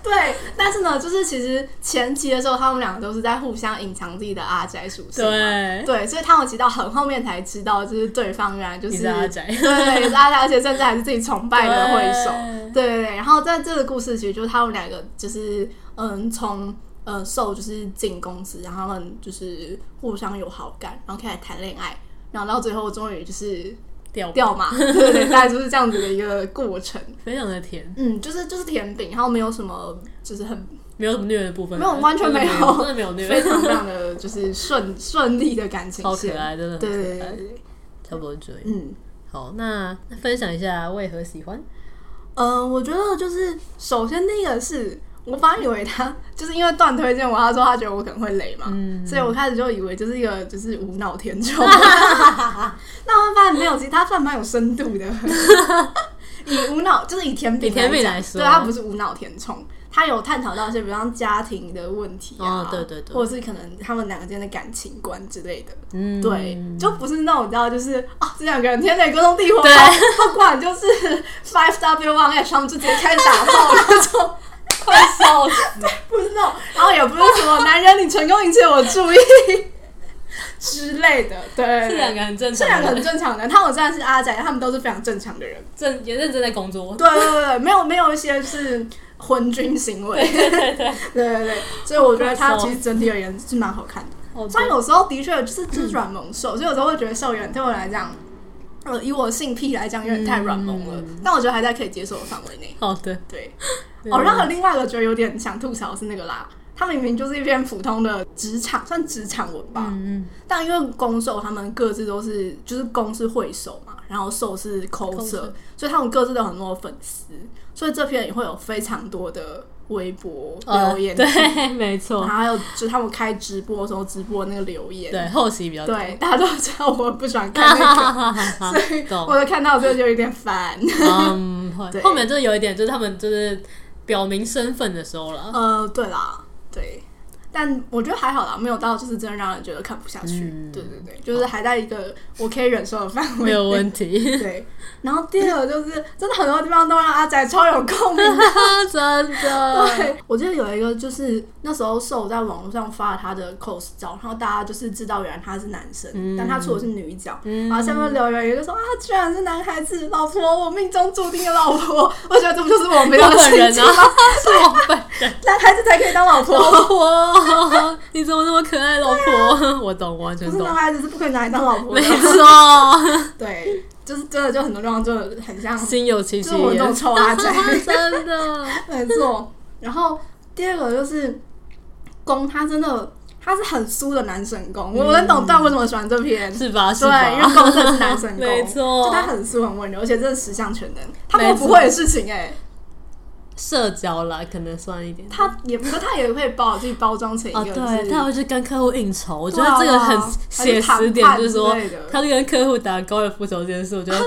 Speaker 2: 对，但是呢，就是其实前期的时候，他们两个都是在互相隐藏自己的阿宅属性嘛。
Speaker 1: 对，
Speaker 2: 对，所以他们其实到很后面才知道，就是对方原来就
Speaker 1: 你
Speaker 2: 是
Speaker 1: 是阿宅，
Speaker 2: 对，也是阿宅，而且甚至还是自己崇拜的会手。
Speaker 1: 对
Speaker 2: 对对对，然后在这个故事其实就是他们两个就是嗯从。呃，受就是进公司，然后他们就是互相有好感，然后开始谈恋爱，然后到最后终于就是
Speaker 1: 掉
Speaker 2: 掉马， 对对对，大概就是这样子的一个过程。
Speaker 1: 非常的甜，
Speaker 2: 嗯，就是就是甜饼，然后没有什么就是很
Speaker 1: 没有什么虐的部分，
Speaker 2: 没有完全没有
Speaker 1: 真的没有
Speaker 2: 非
Speaker 1: 虐，
Speaker 2: 常非常的就是顺顺利的感情
Speaker 1: 哦 超可
Speaker 2: 线。
Speaker 1: 爱，真的很
Speaker 2: 对对对
Speaker 1: 可爱
Speaker 2: 对，对，
Speaker 1: 差不多这样。
Speaker 2: 嗯。
Speaker 1: 好，那那分享一下为何喜欢？
Speaker 2: 呃，我觉得就是首先第一个是我本来以为他就是因为段推荐我，他说他觉得我可能会累嘛，
Speaker 1: 嗯
Speaker 2: 所以我开始就以为就是一个就是无 脑 填充，那我发现没有，其实他算蛮有深度 的。以无脑就是以甜饼
Speaker 1: 以甜饼
Speaker 2: 讲
Speaker 1: 来说
Speaker 2: 对他不是无脑填充， 他有探讨到一些，比如像家庭的问题啊，
Speaker 1: 哦对对对
Speaker 2: 或者是可能他们两个之间的感情观之类的。
Speaker 1: 嗯，
Speaker 2: 对，就不是那种你知道，就是啊，这两个人天雷勾动地火，
Speaker 1: 对
Speaker 2: 不管就是 five W one H，他们就直接开始打炮那种。
Speaker 1: 快笑死！
Speaker 2: 不是那种，然后也不是什么男人，你成功引起我注意之类的，对，
Speaker 1: 这 两个很正
Speaker 2: 这
Speaker 1: 常，
Speaker 2: 两个很正常的，他我真的是阿仔，他们都是非常正常的人，
Speaker 1: 正也认真在工作。
Speaker 2: 对对对对，没有没有一些是昏君行为， 对
Speaker 1: 对对，
Speaker 2: 对对，所以我觉得他其实整体而言是蛮好看的。
Speaker 1: 好
Speaker 2: 虽然有时候的确就是就是
Speaker 1: 嗯
Speaker 2: 软萌兽，所以有时候会觉得校园对我来讲，呃，以我的性癖来讲有点太软萌了，
Speaker 1: 嗯
Speaker 2: 但我觉得还在可以接受的范围内。
Speaker 1: 好的，
Speaker 2: 对，
Speaker 1: 对
Speaker 2: 哦，然后还有另外一个觉得有点想吐槽的是那个啦，它明明就是一篇普通的职场，算职场文吧，
Speaker 1: 嗯
Speaker 2: 但因为攻受他们各自都是，就是攻是会手嘛，然后受是抠
Speaker 1: 抠
Speaker 2: 色
Speaker 1: 色，
Speaker 2: 所以他们各自都有很多粉丝，所以这篇也会有非常多的微博
Speaker 1: 嗯，呃
Speaker 2: 留言，
Speaker 1: 对， 没错
Speaker 2: 然，后还有就是他们开直播的时候直播那个留言，
Speaker 1: 对后期比较多。
Speaker 2: 对，大家都知道我不喜欢看那 个，
Speaker 1: 哈
Speaker 2: 所以
Speaker 1: 懂
Speaker 2: 我就看到这就有点烦。
Speaker 1: 嗯，会
Speaker 2: 对
Speaker 1: 后面就是有一点，就是他们就是表明身份的时候 了。
Speaker 2: 呃，对啦，对，但我觉得还好啦，没有到就是真的让人觉得看不下去。
Speaker 1: 嗯
Speaker 2: 对对对，就是还在一个我可以忍受的范围。
Speaker 1: 没有问题，
Speaker 2: 对，然后第二个就是，真的很多地方都让阿仔超有共鸣。
Speaker 1: 真的。
Speaker 2: 对，我记得有一个就是那时候瘦在网络上发了他的 cos 照，然后大家就是知道原来他是男生，
Speaker 1: 嗯
Speaker 2: 但他出的是女角，
Speaker 1: 嗯
Speaker 2: 然后下面留言有一个说啊，居然是男孩子，老婆，我命中注定的老婆， 我觉得这不就是我们要
Speaker 1: 我
Speaker 2: 的
Speaker 1: 本
Speaker 2: 心
Speaker 1: 人
Speaker 2: 情
Speaker 1: 啊
Speaker 2: 吗？，
Speaker 1: 是我本人。
Speaker 2: 男孩子才可以当老 婆，
Speaker 1: 老婆，你怎么那么可爱，老婆？我懂，我完全
Speaker 2: 不是
Speaker 1: 懂
Speaker 2: 男。孩子是啊不可以啊拿来当老婆
Speaker 1: 没
Speaker 2: 的。
Speaker 1: 错，
Speaker 2: 对，就是真的，就很多地方就很像，
Speaker 1: 心有戚
Speaker 2: 就是
Speaker 1: 戚
Speaker 2: 我们这种
Speaker 1: 焉。
Speaker 2: 臭阿仔。
Speaker 1: 真的，
Speaker 2: 没 错。然后第二个就是公，他真的他是很酥的男神公，我
Speaker 1: 嗯
Speaker 2: 能懂但为什么喜欢这篇。
Speaker 1: 是吧？啊是吧
Speaker 2: 对， 因为公正是男神公，
Speaker 1: 没错
Speaker 2: 就他很酥很温柔，而且真的十项全能，他
Speaker 1: 没
Speaker 2: 们
Speaker 1: 错
Speaker 2: 不会的事情哎、
Speaker 1: 社交啦，可能算一点。
Speaker 2: 他也不是他也会把我自己包装成一
Speaker 1: 哦，
Speaker 2: 个、就是
Speaker 1: 对，他会去跟客户应酬，我觉
Speaker 2: 对啊
Speaker 1: 得这个很写实点，
Speaker 2: 还
Speaker 1: 就是是
Speaker 2: 谈
Speaker 1: 说
Speaker 2: 判之类的
Speaker 1: 他去跟客户打高尔夫球这件事，我 觉得，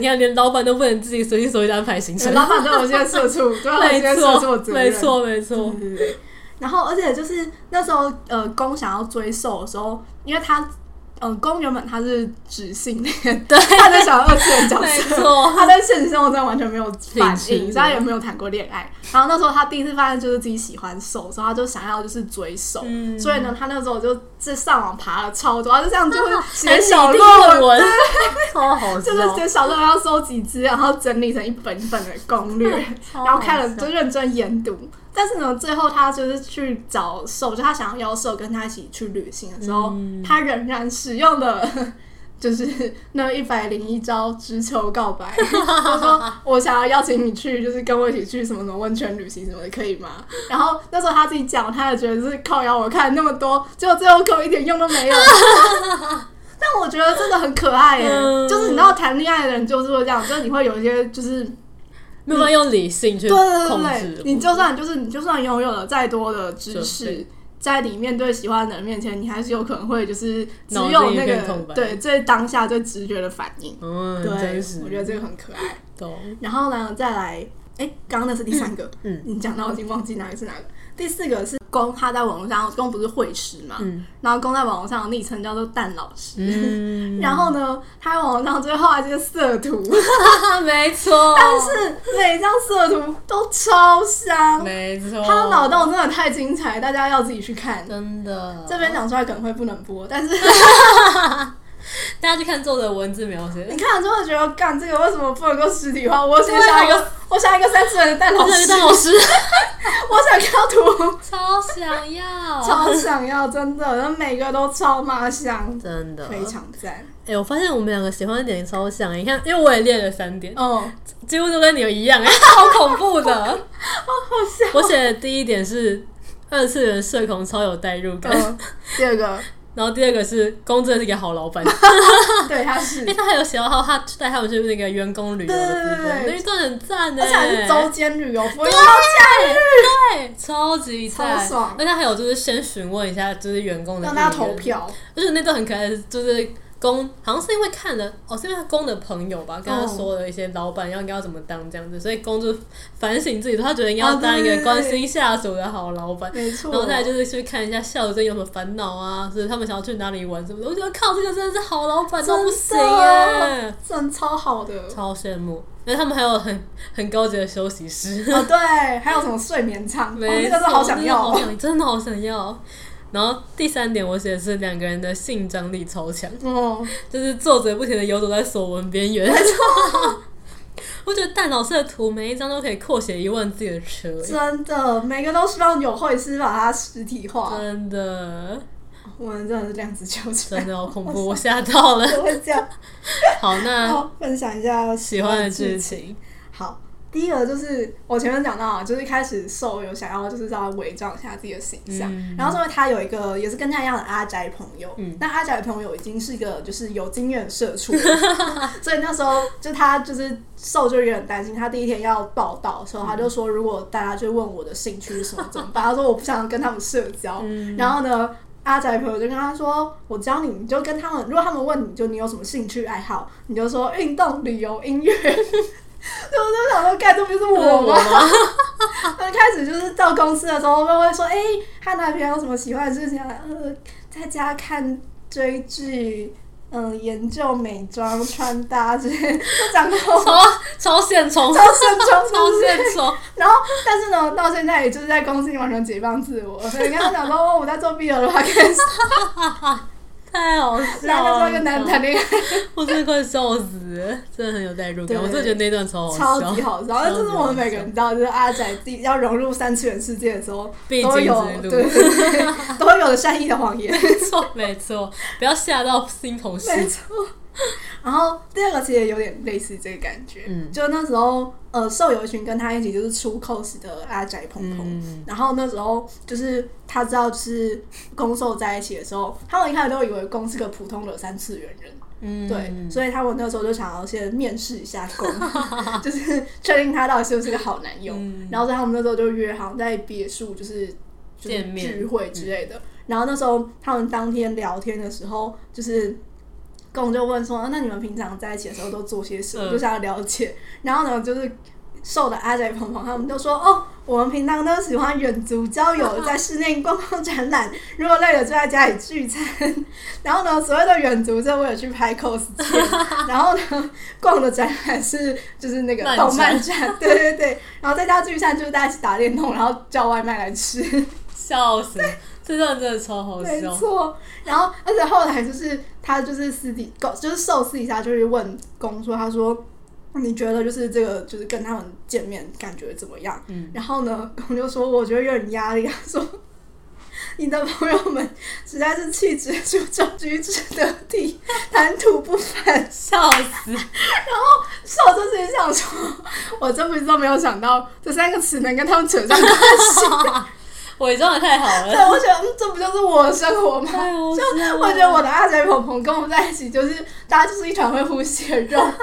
Speaker 1: 你看连老板都不能自己随心所欲地安排行
Speaker 2: 你们
Speaker 1: 程，
Speaker 2: 老板都有一些社畜， 都有一些
Speaker 1: 没
Speaker 2: 社畜
Speaker 1: 错，
Speaker 2: 的责任，嗯
Speaker 1: 没错，没错，
Speaker 2: 对对对。然后，而且就是那时候，呃，公想要追兽的时候，因为他，呃，公原本他是直 性恋，对，他在想要二次元角
Speaker 1: 没
Speaker 2: 色，
Speaker 1: 错，
Speaker 2: 他在现实生活中完全没有反
Speaker 1: 挺
Speaker 2: 应，
Speaker 1: 直
Speaker 2: 所以他也没有谈过恋爱。然后那时候他第一次发现就是自己喜欢兽，所以他就想要就是追兽。
Speaker 1: 嗯
Speaker 2: 所以呢，他那时候就是上网爬了超多，他就这样就会写
Speaker 1: 很
Speaker 2: 小
Speaker 1: 拟定
Speaker 2: 论文
Speaker 1: 论，文，超好笑
Speaker 2: 就，是写小论文要收集资料，然后整理成一本一本的攻略，然后看了就认真研读。但是呢，最后他就是去找兽，就他想要邀兽跟他一起去旅行的时候，
Speaker 1: 嗯
Speaker 2: 他仍然使用的就是那一百零一招直球告白， 他说我想要邀请你去，就是跟我一起去什么什么温泉旅行什么的，可以吗？然后那时候他自己讲，他也觉得是靠邀我看那么多，结果最后给我一点用都没有。 但我觉得这个很可爱耶，
Speaker 1: 嗯
Speaker 2: 就是你知道谈恋爱的人就是会这样，就是你会有一些就是
Speaker 1: 没有办法用理性去
Speaker 2: 对对
Speaker 1: 控
Speaker 2: 对
Speaker 1: 制
Speaker 2: 对，，你就算就是你就算拥有了再多的知
Speaker 1: 准
Speaker 2: 识，在你面对喜欢的人面前，你还是有可能会就是只
Speaker 1: 脑
Speaker 2: 有
Speaker 1: 子一
Speaker 2: 那
Speaker 1: 片空
Speaker 2: 个
Speaker 1: 白
Speaker 2: 对最当下最直觉的反应。
Speaker 1: 嗯，
Speaker 2: 对
Speaker 1: 很真实，，
Speaker 2: 我觉得这个很可爱。
Speaker 1: 懂，
Speaker 2: 然后呢，再来，哎，刚刚那是第三个，
Speaker 1: 嗯
Speaker 2: 你讲到我已经忘记哪个是哪个。第四个是公，他在网络上，公不是会师嘛，
Speaker 1: 嗯
Speaker 2: 然后公在网络上的昵称叫做蛋老师。
Speaker 1: 嗯，哦
Speaker 2: 然后呢，他在网络上最后还是个色图，
Speaker 1: 没错，
Speaker 2: 但是每张色图都超香，
Speaker 1: 没错，
Speaker 2: 他的脑洞真的太精彩，大家要自己去看。
Speaker 1: 真的，
Speaker 2: 这边讲出来可能会不能播，但是
Speaker 1: 大家去看作者文字描写，
Speaker 2: 你看了之后觉得，干这个为什么不能够实体化？我想下一个，
Speaker 1: 啊
Speaker 2: 我想一个三次元的蛋老
Speaker 1: 我想
Speaker 2: 师
Speaker 1: 去，当老师，
Speaker 2: 我想看到 图，
Speaker 1: 超想要，
Speaker 2: 超想要，真的，然后每个都超妈香，
Speaker 1: 真的
Speaker 2: 非常赞。
Speaker 1: 哎、我发现我们两个喜欢的点超像、欸，你看，因为我也列了三点，
Speaker 2: 哦，
Speaker 1: 几乎都跟你有一样、欸， 超恐怖的，好好 笑。我写的第一点是二次元社恐超有代入感，
Speaker 2: 嗯，第二个，
Speaker 1: 然后第二个是公真的是一个好老板，
Speaker 2: 对，他是
Speaker 1: 因为，他还有写到他带他们去那个员工旅游的部
Speaker 2: 对对
Speaker 1: 分，
Speaker 2: 对
Speaker 1: 那一段很赞呢、欸
Speaker 2: 而且还是周间旅游，不用
Speaker 1: 啊对，超级
Speaker 2: 超
Speaker 1: 赞
Speaker 2: 爽，
Speaker 1: 而且还有就是先询问一下就是员工的
Speaker 2: 让大家
Speaker 1: 意愿
Speaker 2: 投票，
Speaker 1: 而且那段很可爱的是，就是公好像是因为看了哦，是因为他公的朋友
Speaker 2: 嗯
Speaker 1: 吧，跟他说了一些老板要应该要怎么当这样子，所以公就反省自己，他觉得应该要
Speaker 2: 哦对
Speaker 1: 当一
Speaker 2: 对
Speaker 1: 个
Speaker 2: 对
Speaker 1: 关心下属的好老板。
Speaker 2: 没错。
Speaker 1: 然后再来就是去看一下校友真有什么烦恼啊，是他们想要去哪里玩什么的。我觉得靠，这个真的是好老板到不行耶，
Speaker 2: 真的超好的。
Speaker 1: 超羡慕。那他们还有很很高级的休息 室，
Speaker 2: 哦，对，还有什么睡眠舱，哦，
Speaker 1: 没
Speaker 2: 那
Speaker 1: 错，
Speaker 2: 个是好想要
Speaker 1: 那个好
Speaker 2: 哦。
Speaker 1: 想真的好想要。然后第三点，我写的是两个人的性张力超强，
Speaker 2: 哦，
Speaker 1: 就是作者不停的游走在所闻边缘。没错， 我觉得蛋老师的图每一张都可以扩写一万字的车，
Speaker 2: 真的，每个都希望有会师把它实体化。
Speaker 1: 真的
Speaker 2: 我们真的是量子纠
Speaker 1: 真
Speaker 2: 缠，
Speaker 1: 的好恐 怖， 我哦吓到了。
Speaker 2: 就会 这样。
Speaker 1: 好，那
Speaker 2: 好，分享一下
Speaker 1: 喜欢的剧。情，
Speaker 2: 好，第一个就是我前面讲到啊，就是一开始受有想要就是稍微伪装一下自己的形象，
Speaker 1: 嗯
Speaker 2: 然后因为他有一个也是跟他一样的阿宅朋友，
Speaker 1: 嗯
Speaker 2: 那阿宅朋友已经是一个就是有经验的社畜了，所以那时候就他就是受就有点担心，他第一天要报道的时候，他就说如果大家就问我的兴趣是什么怎么办？他说我不想跟他们社交，
Speaker 1: 嗯
Speaker 2: 然后呢，阿宅朋友就跟他说：“我教你，你就跟他们，如果他们问你就你有什么兴趣爱好，你就说运动、旅游、音乐。” 对，我就想说，盖这不就是我吗？刚开始就是到公司的时候，都会说：“哎、他那边有什么喜欢的事情啊？呃，在家看追剧，嗯、研究美妆、穿搭这些。”就讲到
Speaker 1: 超超现充，
Speaker 2: 超慎重，
Speaker 1: 超现充，
Speaker 2: 然后，但是呢，到现在也就是在公司里完全解放自我，所以刚刚讲说，哦，我在做 BL 的 podcast，
Speaker 1: 太好笑
Speaker 2: 然后那时候
Speaker 1: 了
Speaker 2: 跟男人。谈恋爱，
Speaker 1: 我真的快笑死了，真的很有代入感。
Speaker 2: 对
Speaker 1: 我真的觉得那段超好
Speaker 2: 超级
Speaker 1: 笑，
Speaker 2: 好笑。然后就是我们每个人，你知道，就是阿仔自己要融入三次元世界的时候，
Speaker 1: 必经
Speaker 2: 都
Speaker 1: 之
Speaker 2: 有对
Speaker 1: 路，
Speaker 2: 对，都有的善意的谎言，
Speaker 1: 没错没错，不要吓到新同事。
Speaker 2: 没错。然后第二个其实也有点类似这个感觉，
Speaker 1: 嗯
Speaker 2: 就那时候，呃，瘦有一群跟他一起就是出 cos 的阿宅鹏鹏，
Speaker 1: 嗯，
Speaker 2: 然后那时候就是他知道就是公受在一起的时候，他们一开始都以为公是个普通的三次元人，
Speaker 1: 嗯
Speaker 2: 对，所以他们那时候就想要先面试一下 公，就是确定他到底是不是个好男友。
Speaker 1: 嗯
Speaker 2: 然后在他们那时候就约好在别墅就是就是
Speaker 1: 见面嗯
Speaker 2: 聚会之类的。然后那时候他们当天聊天的时候，就是公就问说、啊那你们平常在一起的时候都做些什么？
Speaker 1: 嗯
Speaker 2: 就想要了解。”然后呢，就是瘦的阿宅鹏鹏他们就说：“哦，我们平常都喜欢远足交 友，在室内逛逛展览，如果累了就在家里聚餐。然后呢，所谓的远足是为了去拍 cos 照，然后呢，逛的展览是就是那个
Speaker 1: 漫展
Speaker 2: 动漫展，对对对。然后在家聚餐就是大家一起打电动，然后叫外卖来吃。
Speaker 1: 笑死，这段真的超好
Speaker 2: 没
Speaker 1: 笑。
Speaker 2: 错，然后而且后来就是他就是私底公就是受私底下就是问公说，他说你觉得就是这个就是跟他们见面感觉怎么样？
Speaker 1: 嗯，
Speaker 2: 然后呢，公就说我觉得有点压力，他啊说你的朋友们实在是气质出众、举止得体、谈吐不凡。
Speaker 1: 笑死，
Speaker 2: 受这件想说，我真不知道没有想到这三个词能跟他们扯上关系。
Speaker 1: 伪装的太 好
Speaker 2: 对，
Speaker 1: 了，
Speaker 2: 我觉得嗯，这不就是我的生活吗？
Speaker 1: 太好笑了。
Speaker 2: 我觉得我的阿宅鹏鹏跟我在一起，就是大家就是一团会呼吸的肉。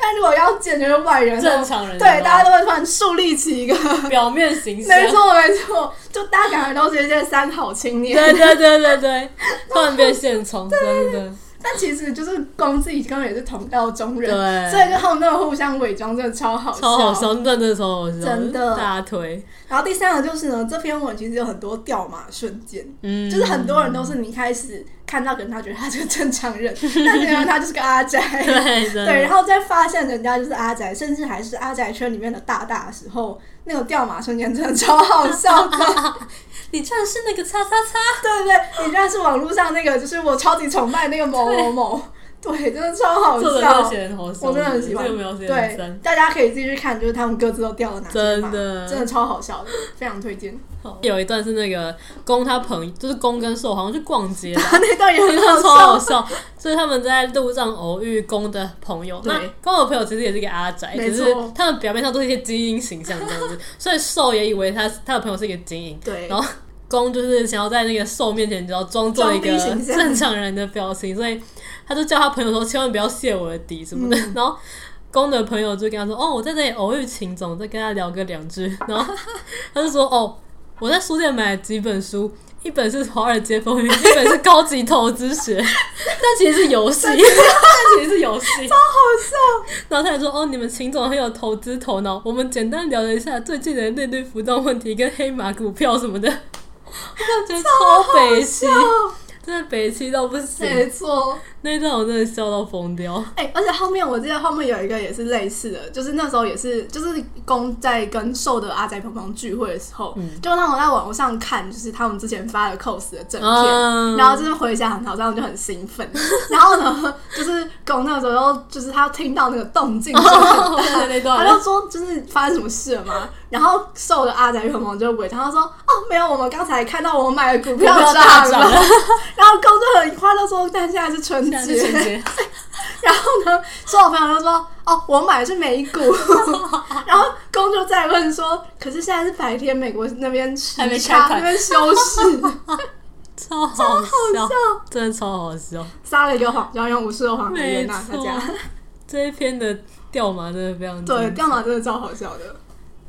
Speaker 2: 但如果要见就是外人，
Speaker 1: 正常人
Speaker 2: 对，大家都会突然树立起一个，
Speaker 1: 表面形象，
Speaker 2: 没错没错，就大家感觉都是一些三好青年。
Speaker 1: 对对对对对，突然变现充，真的，
Speaker 2: 但其实就是公自己刚刚也是同道中人，
Speaker 1: 对
Speaker 2: 所以就他们那种互相伪装真的超好笑，
Speaker 1: 超好笑，真的超好笑，
Speaker 2: 哦真的
Speaker 1: 嗯大腿，
Speaker 2: 然后第三个就是呢，这篇文其实有很多掉马瞬间，
Speaker 1: 嗯，
Speaker 2: 就是很多人都是你一开始看到，可能他觉得他是个正常 人，但原来他就是个阿宅。
Speaker 1: 对真
Speaker 2: 对，然
Speaker 1: 的，
Speaker 2: 后再发现人家就是阿宅，甚至还是阿宅圈里面的大大的时候，那个掉马瞬间真的超 好笑的，
Speaker 1: 你居然是那个叉叉叉，
Speaker 2: 对不对？你居然是网络上那个，就是我超级崇拜那个某某某，对，真的超好
Speaker 1: 作者真的
Speaker 2: 笑，
Speaker 1: 写得很好笑，
Speaker 2: 我真的很喜欢。
Speaker 1: 这个描写很赞
Speaker 2: 对，。大家可以自己去看，就是他们各自都掉了哪些马，
Speaker 1: 真的
Speaker 2: 真的超好笑的，非常推 荐。
Speaker 1: 有一段是那个公他朋友，就是公跟寿好像去逛街吧，
Speaker 2: 那段 也很
Speaker 1: 真的超
Speaker 2: 好
Speaker 1: 好
Speaker 2: 笑，
Speaker 1: 笑。就是他们在路上偶遇公的朋友，
Speaker 2: 对
Speaker 1: 那公的朋友其实也是一个阿宅，
Speaker 2: 没
Speaker 1: 只
Speaker 2: 错
Speaker 1: 是他们表面上都是一些精英形象这样子，所以寿也以为他他的朋友是一个精英，
Speaker 2: 对
Speaker 1: 然后公就是想要在那个寿面前，你知道装作一个
Speaker 2: 装逼形象
Speaker 1: 正常人的表情，所以他就叫他朋友说千万不要泄我的底什么的，然后。公的朋友就跟他说：“哦，我在这里偶遇秦总，再跟他聊个两句。”然后他就说：“哦，我在书店买了几本书，一本是《华尔街风云》，一本是《高级投资学》， 但其实是游戏，但其实是游 戏。
Speaker 2: 好笑。
Speaker 1: 然后他还说：“哦，你们秦总很有投资头脑。”我们简单聊了一下最近的利率浮动问题跟黑马股票什么的，我感觉超北西，
Speaker 2: 笑
Speaker 1: 真的北西到不
Speaker 2: 没
Speaker 1: 行。
Speaker 2: 错，
Speaker 1: 那一段我真的笑到疯掉。
Speaker 2: 哎、而且后面我记得后面有一个也是类似的，就是那时候也是就是公在跟瘦的阿仔鹏鹏聚会的时候，
Speaker 1: 嗯
Speaker 2: 就让我在网络上看，就是他们之前发的 cos 的正片，
Speaker 1: 嗯
Speaker 2: 然后就是回想很好，这样就很兴奋。然后 呢，就是公那时候就是他听到那个动静 就很大，
Speaker 1: 哦对对对
Speaker 2: 他就说就是发生什么事了吗？然后瘦的阿仔鹏鹏就回他，他说哦没有，我们刚才看到我买的股票
Speaker 1: 股票
Speaker 2: 涨
Speaker 1: 大
Speaker 2: 了
Speaker 1: 涨，
Speaker 2: 然后公就很快乐说，但现在是春
Speaker 1: 现在是情节，
Speaker 2: 然后呢，所有朋友都说：“哦，我买的是 美股。”然后公就再问说：“可是现在是白天，美国那边时
Speaker 1: 还没开
Speaker 2: 差
Speaker 1: 盘
Speaker 2: 那边休市，
Speaker 1: 超 好笑
Speaker 2: 好笑，
Speaker 1: 真的超好笑。
Speaker 2: 撒了一个谎，然后用无数的谎来
Speaker 1: 没
Speaker 2: 圆纳大
Speaker 1: 错
Speaker 2: 家。，
Speaker 1: 这一篇的掉马真的非常”
Speaker 2: 对，
Speaker 1: 精彩
Speaker 2: 掉马真的超好笑的。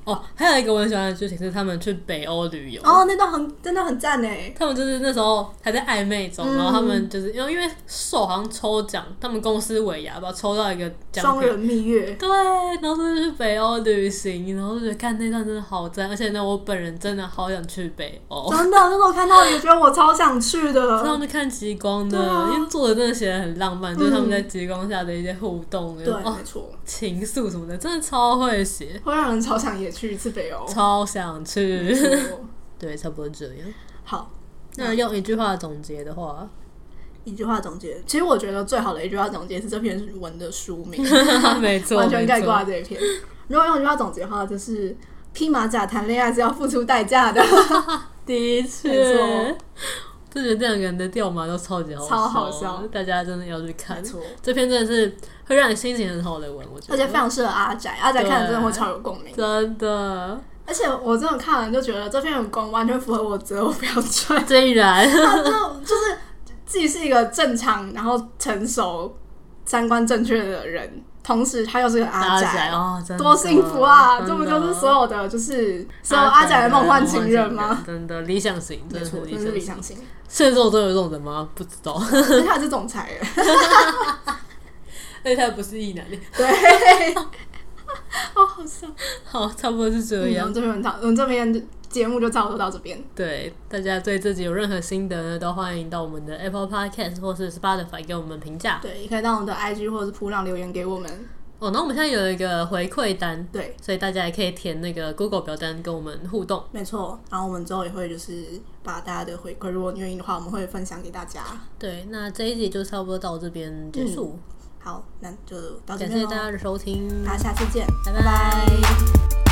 Speaker 1: 哦，还有一个我很喜欢的剧情是他们去北欧旅游。
Speaker 2: 哦，那段很真的很赞欸诶。
Speaker 1: 他们就是那时候还在暧昧中，
Speaker 2: 嗯
Speaker 1: 然后他们就是因为因为受好像抽奖，他们公司尾牙吧抽到一个奖
Speaker 2: 双
Speaker 1: 品，
Speaker 2: 人蜜月，
Speaker 1: 对，然后就是去北欧旅行，然后就觉得看那段真的好赞，而且呢，我本人真的好想去北欧，
Speaker 2: 真的，那时候看到也觉得我超 想去
Speaker 1: 然后
Speaker 2: 的。
Speaker 1: 去看极光的，
Speaker 2: 对啊嗯
Speaker 1: 因为作者真的写的很浪漫，就是他们在极光下的一些互动，
Speaker 2: 对，
Speaker 1: 哦
Speaker 2: 没，错，
Speaker 1: 情愫什么的，真的超会写，
Speaker 2: 会让人超想也去一次北欧。
Speaker 1: 超想去，
Speaker 2: 没 错
Speaker 1: 对，差不多这
Speaker 2: 嗯
Speaker 1: 样。
Speaker 2: 好，
Speaker 1: 那用一句话总结的 话，
Speaker 2: 一句话总结，其实我觉得最好的一句话总结是这篇文的书名。
Speaker 1: 没错，
Speaker 2: 完全概括
Speaker 1: 没
Speaker 2: 了这一篇。如果用一句话总结的话，就是披马甲谈恋爱是要付出代价的，
Speaker 1: 的
Speaker 2: 没
Speaker 1: 确
Speaker 2: 错，
Speaker 1: 就觉得这两个人的调码都超级好
Speaker 2: 超好笑
Speaker 1: 大家真的要去看
Speaker 2: 没错。
Speaker 1: 这篇真的是会让你心情很好的文，我觉
Speaker 2: 而且
Speaker 1: 得
Speaker 2: 非常适合阿宅，阿宅看了真的会超有共鸣。
Speaker 1: 真的，。
Speaker 2: 而且我真的看完就觉得这篇很光，完全符合我择偶标准
Speaker 1: 虽然
Speaker 2: 他就就是自己是一个正常，然后成熟、三观正确的人，同时他又是个
Speaker 1: 大
Speaker 2: 阿
Speaker 1: 家宅
Speaker 2: 宅。
Speaker 1: 哦，真的
Speaker 2: 多幸福啊！这
Speaker 1: 嗯真
Speaker 2: 不
Speaker 1: 的
Speaker 2: 就是所有的，就是所有阿宅的梦幻情人吗？？
Speaker 1: 真的理想型，真
Speaker 2: 没
Speaker 1: 的是
Speaker 2: 错，
Speaker 1: 理
Speaker 2: 真是理
Speaker 1: 想型。
Speaker 2: 想 型。
Speaker 1: 现实中都有这种人吗？不知道，
Speaker 2: 而且他是总裁耶，
Speaker 1: 而哎且他不是异男。
Speaker 2: 对，哦，好笑。
Speaker 1: 好，差不多是这
Speaker 2: 嗯，我
Speaker 1: 样
Speaker 2: 们。这边到，我们这边节目就差不多到这边。
Speaker 1: 对，大家对自己有任何心得呢，都欢迎到我们的 Apple Podcast 或是 Spotify 给我们评价。
Speaker 2: 对，也可以到我们的 IG 或者是普朗留言给我们。
Speaker 1: 哦，那我们现在有一个回馈单，
Speaker 2: 对，
Speaker 1: 所以大家也可以填那个 Google 表单跟我们互动。
Speaker 2: 没错。然后我们之后也会就是把大家的回馈，如果你愿意的话，我们会分享给大家。
Speaker 1: 对，那这一集就差不多到这边结束，
Speaker 2: 好，那就到这
Speaker 1: 感
Speaker 2: 边
Speaker 1: 谢
Speaker 2: 喽
Speaker 1: 大，家的收听，
Speaker 2: 大家下次见，
Speaker 1: 哦拜
Speaker 2: 拜
Speaker 1: 拜
Speaker 2: 拜